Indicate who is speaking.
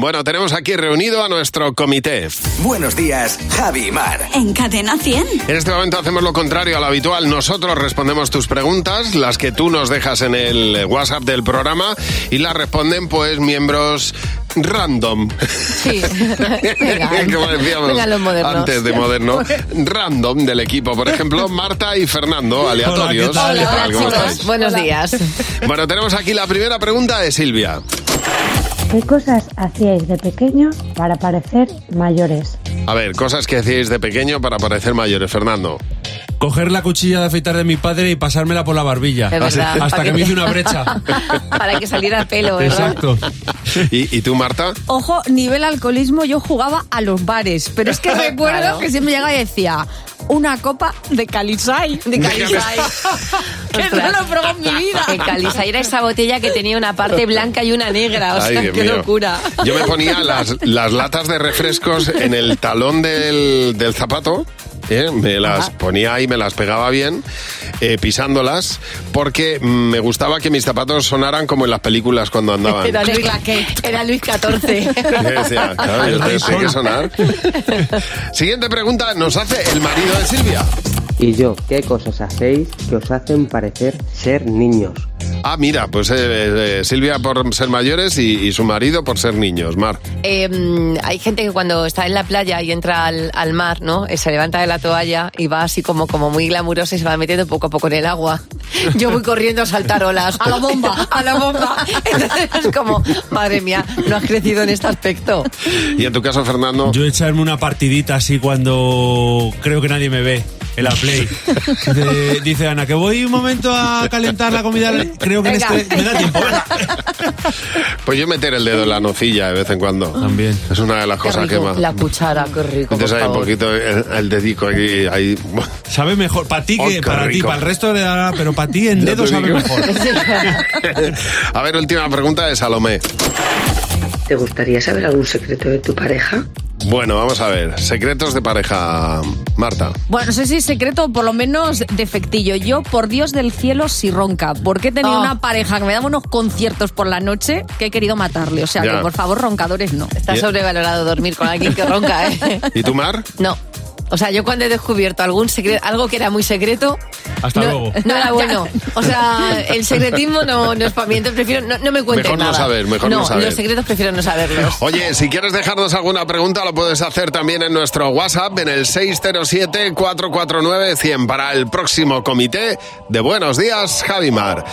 Speaker 1: Bueno, tenemos aquí reunido a nuestro comité.
Speaker 2: Buenos días, Javi y Mar.
Speaker 3: En Cadena 100.
Speaker 1: En este momento hacemos lo contrario a lo habitual. Nosotros respondemos tus preguntas, las que tú nos dejas en el WhatsApp del programa, y las responden, pues, miembros random.
Speaker 4: Sí. Venga,
Speaker 1: Como decíamos
Speaker 4: venga, los modernos.
Speaker 1: antes de moderno. Random del equipo. Por ejemplo, Marta y Fernando, aleatorios.
Speaker 5: Hola, ¿qué tal?
Speaker 1: ¿Qué
Speaker 4: Hola,
Speaker 1: tal? ¿Cómo
Speaker 4: chicos.
Speaker 1: estáis?
Speaker 4: Buenos días.
Speaker 1: Bueno, tenemos aquí la primera pregunta de Silvia.
Speaker 6: ¿Qué cosas hacíais de pequeños para parecer mayores?
Speaker 1: A ver, cosas que hacíais de pequeño para parecer mayores, Fernando.
Speaker 5: Coger la cuchilla de afeitar de mi padre y pasármela por la barbilla.
Speaker 4: Es verdad.
Speaker 5: Hasta- Hasta que me hice una brecha.
Speaker 4: Para que saliera pelo, ¿verdad?
Speaker 5: Exacto.
Speaker 1: ¿Y, y tú, Marta?
Speaker 7: Ojo, nivel alcoholismo, yo jugaba a los bares, pero es que recuerdo
Speaker 4: Claro.
Speaker 7: que siempre llegaba y decía, una copa de calisay.
Speaker 4: De Calisay.
Speaker 7: que no
Speaker 4: Ostras.
Speaker 7: lo probó en mi vida.
Speaker 4: Que Calisay era esa botella que tenía una parte blanca y una negra. O
Speaker 1: Ay,
Speaker 4: sea,
Speaker 1: Dios
Speaker 4: qué
Speaker 1: mío.
Speaker 4: locura.
Speaker 1: Yo me ponía las, las latas de refrescos en el talón del, del zapato. ¿eh? Me las ponía ahí, me las pegaba bien, eh, pisándolas, porque mm, me gustaba que mis zapatos sonaran como en las películas cuando andaban.
Speaker 4: Era Luis, era Luis XIV.
Speaker 1: Yo decía, claro, yo te- tiene que sonar. Siguiente pregunta nos hace el marido de Silvia.
Speaker 8: Y yo, ¿qué cosas hacéis que os hacen parecer ser niños?
Speaker 1: Ah, mira, pues eh, eh, Silvia por ser mayores y, y su marido por ser niños, Mar.
Speaker 4: Eh, mm, hay gente que cuando está en la playa y entra al, al mar, ¿no? Eh, Se levanta de la toalla y va así como, como muy glamurosa y se va metiendo poco a poco en el agua. Yo voy corriendo a saltar olas. A la bomba, a la bomba. Entonces es como, madre mía, no has crecido en este aspecto.
Speaker 1: Y en tu caso, Fernando.
Speaker 5: Yo echarme una partidita así cuando creo que nadie me ve. En la play. Dice, dice Ana, que voy un momento a calentar la comida. Creo que en
Speaker 4: Venga.
Speaker 5: este. Me da tiempo. venga.
Speaker 1: Pues yo meter el dedo en la nocilla de vez en cuando.
Speaker 5: También.
Speaker 1: Es una de las
Speaker 4: Qué
Speaker 1: cosas que
Speaker 4: rico,
Speaker 1: más.
Speaker 4: la cuchara, qué rico. por
Speaker 1: Entonces hay un
Speaker 4: favor.
Speaker 1: poquito el, el dedico aquí, ahí.
Speaker 5: Sabe mejor. Para ti
Speaker 1: Oh,
Speaker 5: que
Speaker 1: qué
Speaker 5: para ti,
Speaker 1: rico.
Speaker 5: para el resto le dará, pero para ti en
Speaker 1: Ya
Speaker 5: dedo
Speaker 1: te
Speaker 5: sabe
Speaker 1: digo.
Speaker 5: mejor.
Speaker 1: A ver, última pregunta de Salomé.
Speaker 9: ¿Te gustaría saber algún secreto de tu pareja?
Speaker 1: Bueno, vamos a ver. Secretos de pareja, Marta.
Speaker 7: Bueno, no sé si es secreto, por lo menos defectillo. Yo, por Dios del cielo, si ronca. Porque he tenido
Speaker 4: Ah.
Speaker 7: una pareja que me daba unos conciertos por la noche que he querido matarle. O sea,
Speaker 1: Ya.
Speaker 7: que por favor, roncadores no.
Speaker 4: Está sobrevalorado dormir con alguien que ronca, ¿eh?
Speaker 1: ¿Y tú, Mar?
Speaker 4: No. O sea, yo cuando he descubierto algún secreto, algo que era muy secreto.
Speaker 5: Hasta
Speaker 4: no,
Speaker 5: luego.
Speaker 4: No era bueno. O sea, el secretismo no, no es para mí. Entonces prefiero. No, no me cuentes
Speaker 1: Mejor no
Speaker 4: nada.
Speaker 1: saber, mejor no saber.
Speaker 4: Los secretos prefiero no saberlos.
Speaker 1: Oye, si quieres dejarnos alguna pregunta, lo puedes hacer también en nuestro WhatsApp en el 607-449-100 para el próximo comité de Buenos Días, Javimar.